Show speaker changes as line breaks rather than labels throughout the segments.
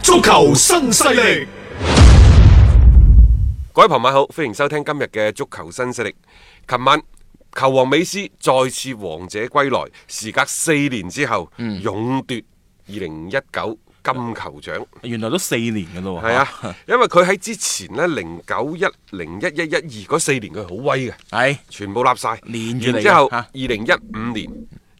足球新勢力，
各位朋友好，歡迎收聽今日嘅足球新勢力。琴晚球王美斯再次王者歸來，時隔四年之後，
嗯
勇奪二零一九金球獎。
原來都四年嘅咯喎，
係啊，因為佢喺之前呢，零九一零一一一二嗰四年佢好威嘅，
係
全部立晒。
連住嚟嘅啊
然之後，
嚇
二零一五年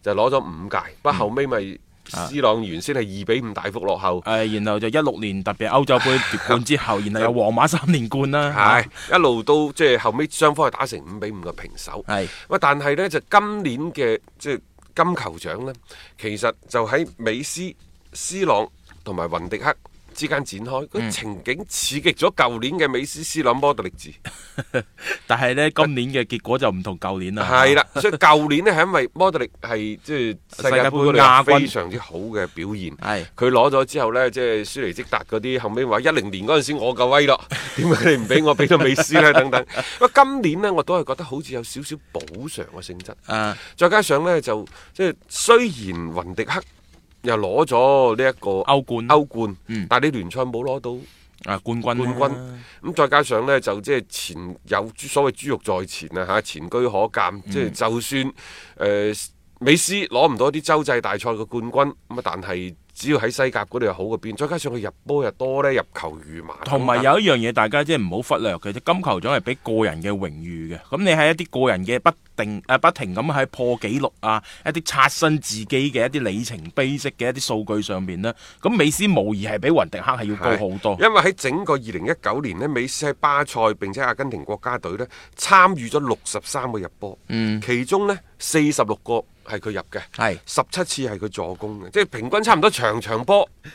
就攞咗五屆，不過後尾
嗯
咪
啊
斯朗原先係二比五大幅落後。
誒，然後就一六年特別歐洲杯奪冠之後，然後有皇馬三連冠啦，
係一路都即係後尾雙方係打成五比五嘅平手。
係
喂，但係呢，就今年嘅即係金球獎呢，其實就喺美斯、斯朗同埋雲迪克。之間展開，
嗯
個情景刺激咗舊年嘅美斯、斯朗、摩特力治，
但係呢，今年嘅結果就唔同舊年啦，
係啦，所以舊年呢，係因為摩特力係即係世界
世界
盃
盃
嗰度
亞軍
有非常之好嘅表現，
係
佢攞咗之後呢，即係舒尼積達嗰啲，後尾話一零年嗰陣時我夠威咯， 點解你唔俾我俾到美斯呢？等等。不過今年呢，我都係覺得好似有少少補償嘅性質。
啊，
再加上呢，就即係雖然雲迪克又攞咗呢一個
歐冠
歐冠，
嗯
但係你聯賽冇攞到
啊冠軍啦
冠軍。咁再加上呢，就即係前有豬所謂豬肉在前啊嚇，前居可鑑。
嗯
即係、就算誒、呃美斯攞唔到一啲洲際大賽嘅冠軍，咁啊，但係只要喺西甲嗰度有好嘅變，再加上佢入波又多呢，入球如麻。
同埋有一樣嘢，大家即係唔好忽略嘅，即係金球獎係俾個人嘅榮譽嘅。咁你喺一啲個人嘅不定誒、呃不停咁喺破紀錄啊，一啲刷新自己嘅一啲里程碑式嘅一啲數據上面呢，咁美斯無疑係比雲迪克係要高好多。
因為喺整個二零一九年呢，美斯喺巴塞並且阿根廷國家隊呢，參與咗六十三個入波，其中呢，四十六個係佢入嘅，
嗯係
十七次係佢助攻嘅，即係平均差唔多場場波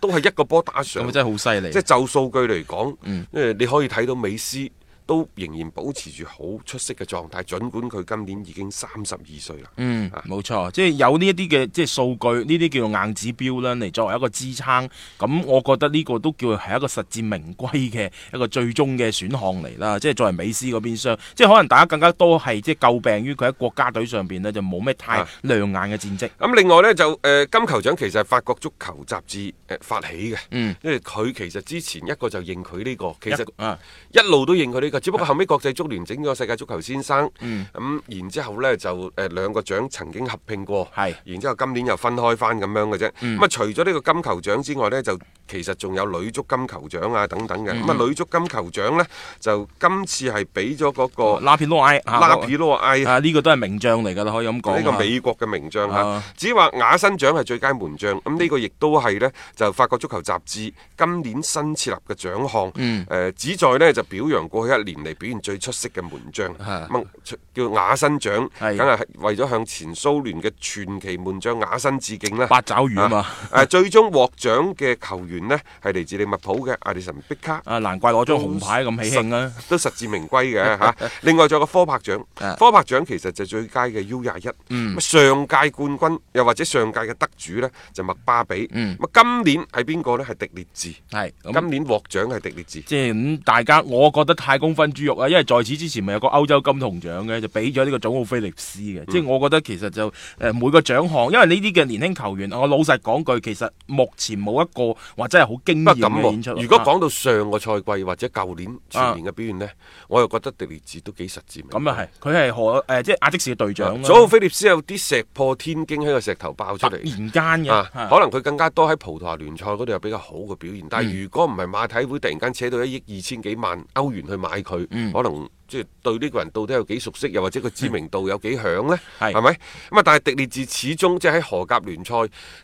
都係一個波打上
咁，真係好犀利嗯
即係。就數據嚟講，誒你可以睇到美斯。都仍然保持住好出色嘅狀態，儘管佢今年已經三十二歲啦。
嗯
啊，
冇錯，即係有呢一啲嘅即係數據，呢啲叫做硬指標啦，嚟作為一個支撐。咁我覺得呢個都叫係一個實至名歸嘅一個最終嘅選項嚟啦。 即係作為美斯嗰邊商，即係可能大家更加多係即係詬病於佢喺國家隊上邊呢，就冇咩太
啊
亮眼嘅戰績。
咁另外呢，就誒、呃金球獎其實係法國足球雜誌誒、呃、發起嘅，
嗯
因為佢其實之前一個就認佢呢、個，其實
一啊
一路都認佢呢、個，只不過後尾國際足聯整咗世界足球先生，咁、
嗯
然之後呢，就誒、呃、兩個獎曾經合併過，
係嗯
然之後今年又分開翻咁樣嘅啫。咁啊、除咗呢個金球獎之外呢，就其實仲有女足金球獎啊等等嘅。咁啊、
嗯
女足金球獎呢，就今次係俾咗嗰個
拉皮諾埃啊
拉皮洛埃。
啊，呢個都係名將嚟㗎啦，可以咁講。
呢個美國嘅名將嚇
啊，嗯
只話雅辛獎係最佳門將，咁呢個亦都係呢，就法國足球雜誌今年新設立嘅獎項，誒、
嗯
旨在呢，就表揚過去一年嚟表現最出色嘅門將，
啊
咁啊叫雅辛獎，梗
係
係為咗向前蘇聯嘅傳奇門將雅辛致敬啦。
八爪魚啊嘛，
誒最終獲獎嘅球員呢，係嚟自利物浦嘅阿利神碧卡。
啊難怪攞張紅牌咁喜慶啊啦。
都實至名歸嘅 嚇。另外仲有個科柏獎，
啊嗯
科柏獎其實就最佳嘅 U 廿一。咁上屆冠軍又或者上屆嘅得主呢，就麥巴比。
嗯
咁今年係邊個呢？係迪列治。
係咁啊
今年獲獎係迪列治。
即係咁，大家我覺得太公公分豬肉啊！因為在此之前咪有個歐洲金童獎嘅，就俾咗呢個祖奧菲力斯嘅。
嗯
即係我覺得其實就誒、呃每個獎項，因為呢啲嘅年輕球員，我老實講句，其實目前冇一個話真係好驚
不過
豔
咁
嘅演出
喎，
啊。
如果講到上個賽季或者舊年全年嘅表現呢，我又覺得迪列治都幾實戰。
啊咁啊係，佢係何誒即係阿積士嘅隊長啦啊
佐奧菲利斯有啲石破天驚喺個石頭爆出
突
嚟。
然間嘅，
啊，
係
可能佢更加多喺葡萄牙聯賽嗰度有比較好嘅表現，
嗯
但係如果唔係馬體會突然間扯到一億二千幾萬歐元去買佢，
嗯
可能即係對呢個人到底有幾熟悉，又或者佢知名度有幾響呢？
係
係咪？咁啊，但係迪列治始終即係喺荷甲聯賽，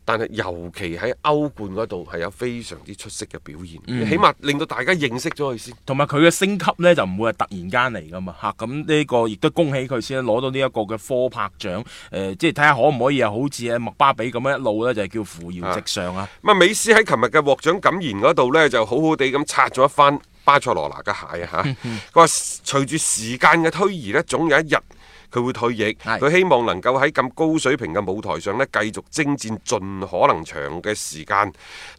但係尤其喺歐冠嗰度係有非常之出色嘅表現，
嗯
起碼令到大家認識咗佢先。
同埋佢嘅升級呢，就唔會係突然間嚟噶嘛嚇，咁、呢個亦都恭喜佢先攞到呢一個嘅科柏獎，誒、呃即係睇下可唔可以啊，好似啊麥巴比咁樣一路呢，就係叫扶搖直上啊，
咁啊，美斯喺琴日嘅獲獎感言嗰度呢，就好好地咁擦咗一番巴塞羅那嘅鞋啊嚇。佢話隨住時間嘅推移呢，總有一日佢會退役。
係
佢希望能夠喺咁高水平嘅舞台上呢，繼續征戰盡可能長嘅時間。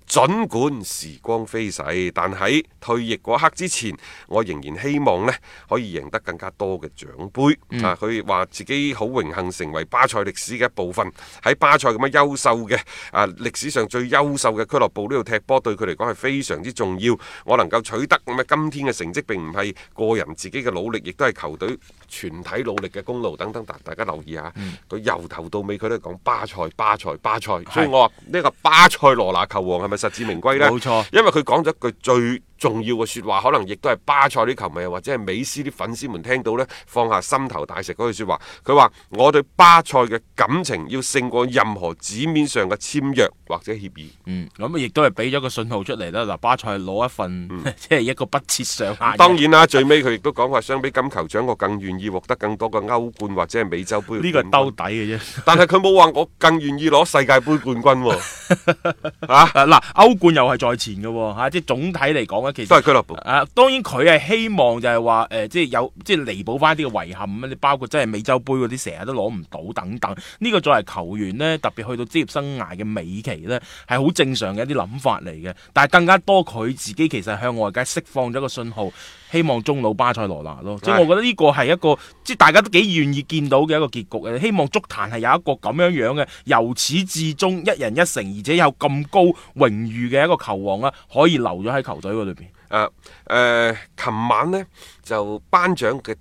儘管時光飛逝，但喺退役嗰刻之前，我仍然希望呢可以贏得更加多嘅獎杯。啊，佢話自己好榮幸成為巴塞歷史嘅一部分，喺巴塞咁樣優秀嘅啊歷史上最優秀嘅俱樂部呢度踢波，對佢嚟講係非常之重要。我能夠取得咁嘅今天嘅成績，並唔係個人自己嘅努力，亦都係球隊全體努力嘅功勞等等。大大家留意下，
嗯
佢由頭到尾佢都係講巴塞、巴塞、巴塞，所以我話呢個巴塞羅那球王係咪實至名歸呢？
冇錯
因為佢講咗一句最重要嘅説話，可能亦都係巴塞啲球迷啊或者係美斯啲粉絲們聽到呢，放下心頭大石嗰句説話。佢話：我對巴塞嘅感情要勝過任何紙面上嘅簽約或者協議。
嗯，咁亦都係俾咗個信號出嚟啦，嗱巴塞攞一份、 即係一個不設上限嘅，
嗯當然啦，最尾佢亦都講話，相比金球獎，我更願意獲得更多嘅歐冠或者係美洲杯嘅
呢個係
冠軍
兜底嘅啫。
但係佢冇話我更願意攞世界盃冠軍喎， 啊嚇、
誒啊嗱，歐冠又係在前嘅喎、嚇即係總體嚟講咧，其實
都係俱樂部。
啊，當然佢係希望就係話誒，即係有即係彌補翻啲嘅遺憾你包括真係美洲杯嗰啲成日都攞唔到等等。呢、個作為球員呢，特別去到職業生涯嘅尾期呢，係好正常嘅一啲諗法嚟嘅。但係更加多佢自己其實向外界釋放咗個信號，希望中老巴塞羅那咯。即係
係
我覺得呢個係一個即係大家都幾願意見到嘅一個結局嘅。希望足壇係有一個咁樣樣嘅由始至終一人一城，而且有咁高榮譽嘅一個球王啦，可以留咗喺球隊嗰裏邊。
啊誒，琴、晚呢，就頒獎嘅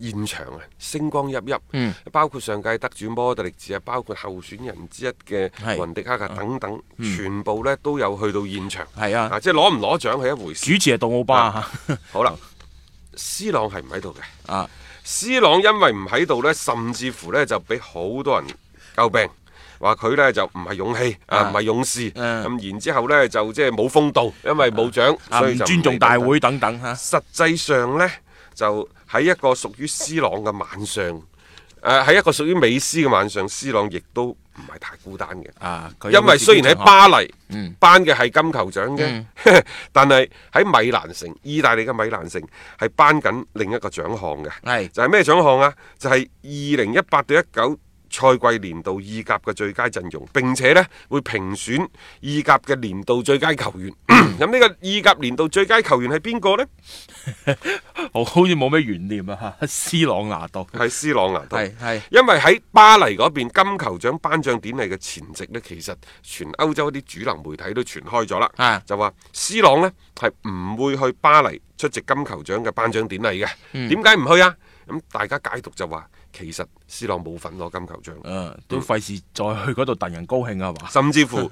現場啊，星光熠熠，
嗯
包括上屆得主摩特力治啊，包括候選人之一嘅
係嗯
雲迪克啊等等，全部呢都有去到現場。
係啊
啊，即係攞唔攞獎係一回事。
主持係杜奧巴
啊好啦，斯朗係唔喺度嘅。
啊，
斯朗因為唔喺度呢，甚至乎呢就俾好多人詬病，話佢呢就唔係勇氣啊，唔係勇士。咁、
啊
然之後呢，就即係冇風度，因為冇獎，
啊
所以
唔
就
尊
嚟
重大
等等
會等等嚇，
實際上呢，就喺一個屬於斯朗嘅晚上，誒、喺一個屬於美斯嘅晚上，斯朗亦都唔係太孤單嘅。
啊，佢有
因為雖然喺巴黎
嗯
頒嘅係金球獎嘅， 但係喺米蘭城，意大利嘅米蘭城係頒緊另一個獎項嘅，
係
就係咩獎項啊？就係二零一八到一九賽季年度意甲嘅最佳陣容，並且呢會評選意甲嘅年度最佳 球員。咁呢個意甲年度最佳球員係邊個呢？
好好似冇咩懸念啊嚇，斯朗拿度
係斯朗拿度。
係係
因為喺巴黎嗰邊金球獎頒獎典禮嘅前夕呢，其實全歐洲一啲主流媒體都傳開咗啦，
啊
就話斯朗呢係唔會去巴黎出席金球獎嘅頒獎典禮嘅。
嗯
點解唔去啊？咁大家解讀就話，其實斯朗冇份攞金球獎，
誒都費事再去嗰度戥人高興啊嘛，
甚至乎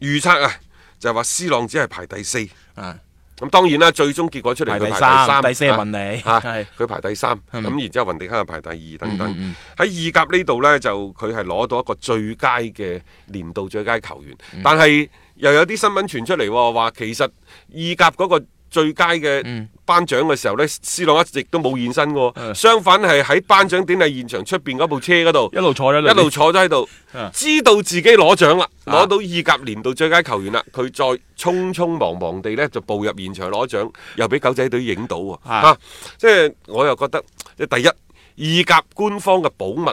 預測啊，就係話斯朗只係排第四。
啊
咁當然啦，最終結果出嚟
排
佢
第
排
三
第
第
三，
四係文尼
啊
係嗯
佢排第三，咁然之後雲迪克又排第二等等。喺意甲呢度呢，就佢係攞到一個最佳嘅年度最佳球員，
嗯
但係又有啲新聞傳出嚟喎話，其實意甲嗰個最佳嘅
嗯
頒獎嘅時候呢，斯朗一直都冇現身嘅喎，相反係喺頒獎典禮現場出邊嗰部車嗰度
一路坐咗
一路坐咗喺度
啊，
知道自己攞獎啦，攞到意甲年度最佳球員啦，佢再匆匆忙忙地呢，就步入現場攞獎，又俾狗仔隊影到喎、
啊
啊即係我又覺得，即係第一，意甲官方嘅保密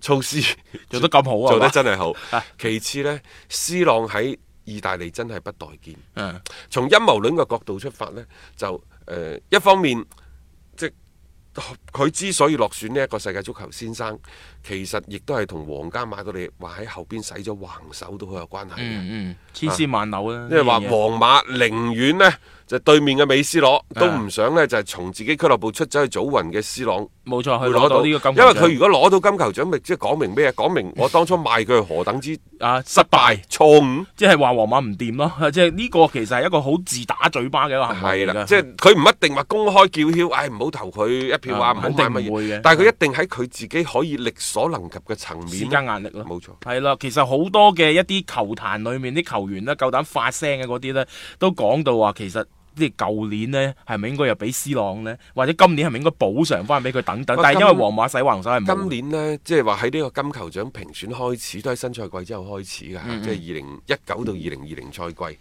措施
做得咁好啊，
做
係
得
嘛
真係好。其次呢，斯朗喺意大利真係不待見。
嗯
從陰謀論嘅角度出發呢，就誒、呃一方面即佢之所以落選呢一個世界足球先生，其實亦都係同皇家馬佢哋話喺後邊使咗橫手都好有關係嘅。
嗯嗯，千絲萬縷啦，
啊因為話
呢樣嘢啊
皇馬寧願呢，就對面嘅美斯朗都唔想呢，就係、從自己俱樂部出走去祖雲嘅斯朗
冇錯，
會
佢攞到
攞到，
呢個金
因
球
為
獎，
佢如果攞到金球獎，咪即係講明咩啊？講明我當初賣佢係何等之
啊
失敗、錯誤。
即係話皇馬唔掂咯， 即係呢個其實係一個好自打嘴巴嘅一個行
係
為嚟㗎
啦，即係佢唔一定話公開叫囂，唉唔好投佢一票啊，
啊
唔好
肯定
買乜
唔會嘅
嘢。但係佢一定喺佢自己可以力所能及嘅層面
施加壓力咯。
冇錯。
係啦，其實好多嘅一啲球壇裏面啲球員咧，夠膽發聲嘅嗰啲咧，都講到話其實。即係舊年呢，係咪應該又俾 C 朗呢？或者今年係咪應該補償翻俾佢等等？
哇
但係因為
哦今
皇馬洗橫手係冇啊
今年呢，即係話喺呢個金球獎評選開始，都喺新賽季之後開始
嗯
㗎，即係二零一九到二零二零賽季。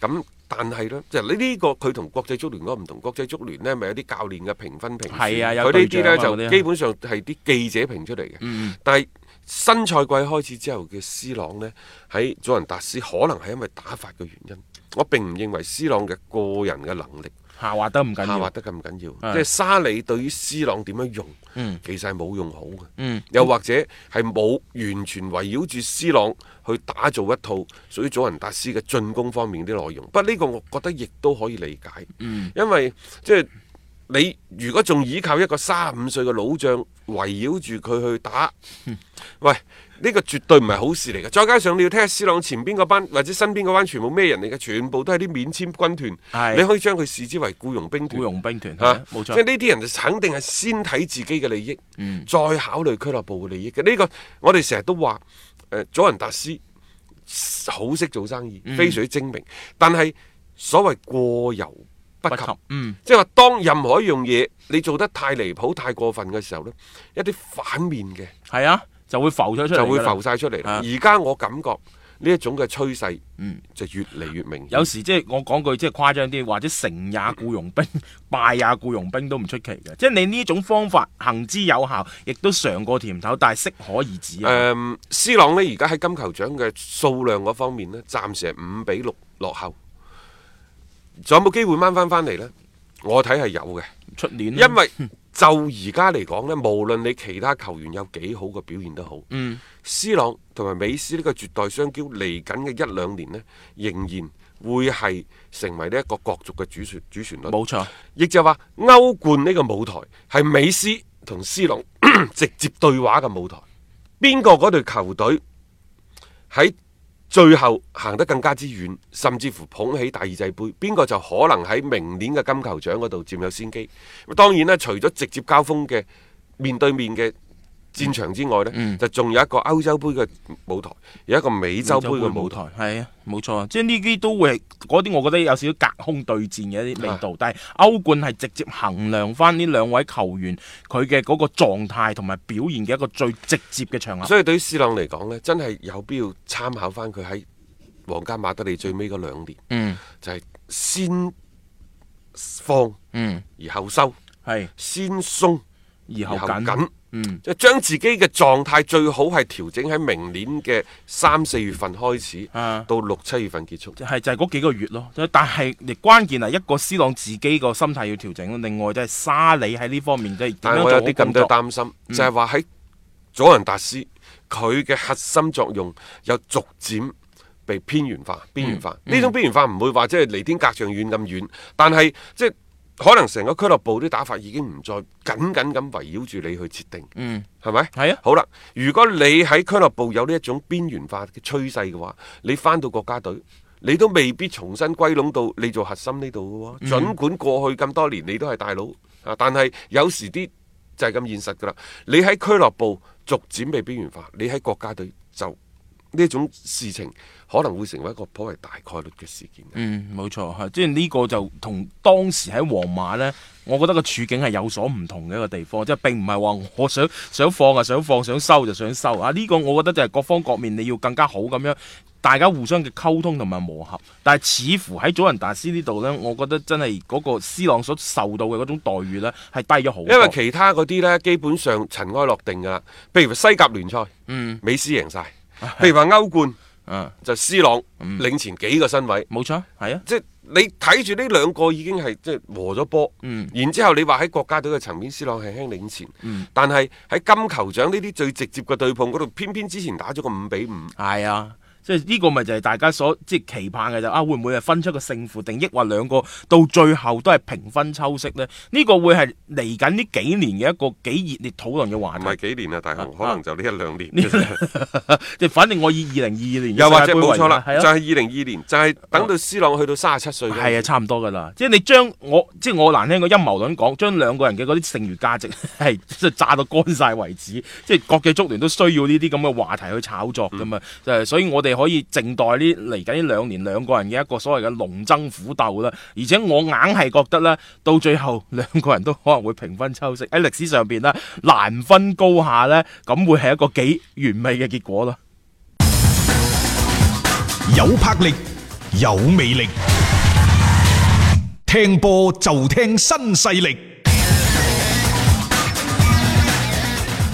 咁但係呢，即係你呢個佢同國際足聯嗰個唔同，國際足聯呢咪有啲教練嘅評分評選，
係啊有
佢呢啲
隊
呢，
長啊嗰啲嗯
就基本上係啲記者評出嚟嘅。但係新賽季開始之後嘅斯朗呢，喺祖雲達斯可能係因為打法嘅原因，我並唔認為斯朗嘅個人嘅能力。
下滑得唔緊
下滑
要，
得咁緊
係
要，即係沙里對於斯朗點樣用，
嗯
其實係冇用好嘅，
嗯
又或者係冇完全圍繞住斯朗去打造一套屬於祖雲達斯嘅進攻方面啲內容。不過呢個我覺得亦都可以理解，
嗯
因為即係你如果仲依靠一個三十五歲嘅老將圍繞住佢去打，喂。呢個絕對唔係好事嚟嘅，再加上你要聽下斯朗前邊嗰班或者身邊嗰班全部咩人嚟嘅，全部都係啲免簽軍
係
團，你可以將佢視之為僱傭兵
僱
團。
傭兵團係
啊
啊冇
即係
錯，嗯
呢啲人就肯定係先睇自己嘅利益，再考慮俱樂部嘅利益嘅。呢、個我哋成日都話，誒、祖雲達斯好識做生意，
嗯
非常之精明，但係所謂過猶不
不
及
及。嗯
即係話，當任何一樣嘢你做得太離譜、太過分嘅時候呢，一啲反面嘅
係啊，就會浮咗出嚟㗎啦，
就會浮晒出嚟啦。
啊嗯
而家我感覺呢一種嘅趨勢，就越嚟越明顯
有。時即係我講句即係誇張啲，或者成也僱傭兵，敗也僱傭兵都唔出奇嘅。即係你呢種方法行之有效，亦都嘗過甜頭，但係適可而止啊。
誒、嗯斯朗呢而家喺金球獎嘅數量嗰方面呢，暫時係五比六落後。仲有冇機會掹翻翻嚟呢？我睇係有嘅，
出年啦
因為就而家嚟講呢，無論你其他球員有幾好嘅表現都好，
嗯
斯朗同埋美斯呢個絕代雙驕嚟緊嘅一兩年呢，仍然會係成為呢一個角逐嘅主旋主旋律。
冇錯，
亦就係話歐冠呢個舞台係美斯同斯朗 直接對話嘅舞台，邊個嗰隊球隊喺最後行得更加之遠，甚至乎捧起第二際杯，邊個就可能喺明年嘅金球獎嗰度佔有先機。當然啦，除咗直接交鋒嘅面對面嘅。戰場之外呢，就仲有一個歐洲杯嘅舞台，有一個美洲杯嘅舞台。
係啊，冇錯，即係呢啲都會係嗰啲，我覺得有少少隔空對戰嘅一啲味
啊
道。但係歐冠係直接衡量翻呢兩位球員佢嘅嗰個狀態同埋表現嘅一個最直接嘅場合。
所以對於斯朗嚟講呢，真係有必要參考翻佢喺皇家馬德里最尾嗰兩年，
嗯
就係先放
嗯，
而後收，
係
先鬆
而後
而後
緊
緊，，
嗯
即係將自己嘅狀態最好係調整喺明年嘅三四月份開始，
啊
到六七月份結束。
係就係嗰幾個月咯，但係亦關鍵係一個斯朗自己個心態要調整，另外就係沙里喺呢方面即係點
但係
樣
我
做
有
好
啲
工
咁多
作。嗯
擔心，就係話喺佐仁達斯佢嘅核心作用有逐漸被邊緣化、
嗯
邊緣化。呢、種邊緣化唔會話即係離天隔丈遠咁遠，但係即係可能成個俱樂部啲打法已經唔再緊緊咁圍繞住你去設定，
嗯，
係咪？
係啊
好啦，如果你喺俱樂部有呢一種邊緣化嘅趨勢嘅話，你翻到國家隊。你都未必重新歸攏到你做核心呢度
嗯
嘅喎，儘管過去咁多年你都係大佬啊，但係有時啲就係咁現實㗎啦。你喺俱樂部逐漸被邊緣化，你喺國家隊就呢種事情可能會成為一個頗為大概率嘅事件。
嗯，冇錯，係即係呢個就同當時喺皇馬呢，我覺得個處境係有所唔同嘅一個地方，即係並唔係話我想 想放啊，想放想收就想收啊。呢、個我覺得就係各方各面你要更加好咁樣，大家互相嘅溝通同埋磨合。但係似乎喺祖雲達斯呢度呢，我覺得真係嗰個斯朗所受到嘅嗰種待遇呢，係低咗好多。
因為其他嗰啲呢，基本上塵埃落定㗎啦。譬如西甲聯賽，
嗯
美斯贏晒； 譬如話歐冠，
嗯
嗯就 C 朗領前幾個身位。
冇錯，係啊。
即係你睇住呢兩個已經係即係和咗波，
嗯
然之後你話喺國家隊嘅層面，斯朗係輕領前，但係喺金球獎呢啲最直接嘅對碰嗰度，偏偏之前打咗個五比五。
係啊。即係呢個咪就係大家所即係期盼嘅就啊，會唔會係分出個勝負，定抑或兩個到最後都係平分秋色呢？呢、個會係嚟緊呢幾年嘅一個幾熱烈討論嘅話
唔
題
係。幾年啊，大雄，可能就呢一兩年。
呢 即係反正我以二零二二年
又或者冇錯
錯
啦，
係
就
啊
係二零二年，就係等到斯朗去到三十七歲嗰陣時。
係啊，差唔多噶啦。即係你將我即係我難聽個陰謀論講，將兩個人嘅嗰啲剩餘價值 係即係炸到乾晒為止。即係國際足聯都需要呢啲咁嘅話題去炒作噶嘛。就係所以我哋可以靜待呢嚟緊呢兩年兩個人嘅一個所謂嘅龍爭虎鬥啦。而且我硬係覺得咧，到最後兩個人都可能會平分秋色喺歷史上邊咧難分高下呢，咁會係一個幾完美嘅結果咯。
有魄力，有魅力，聽波就聽新勢力。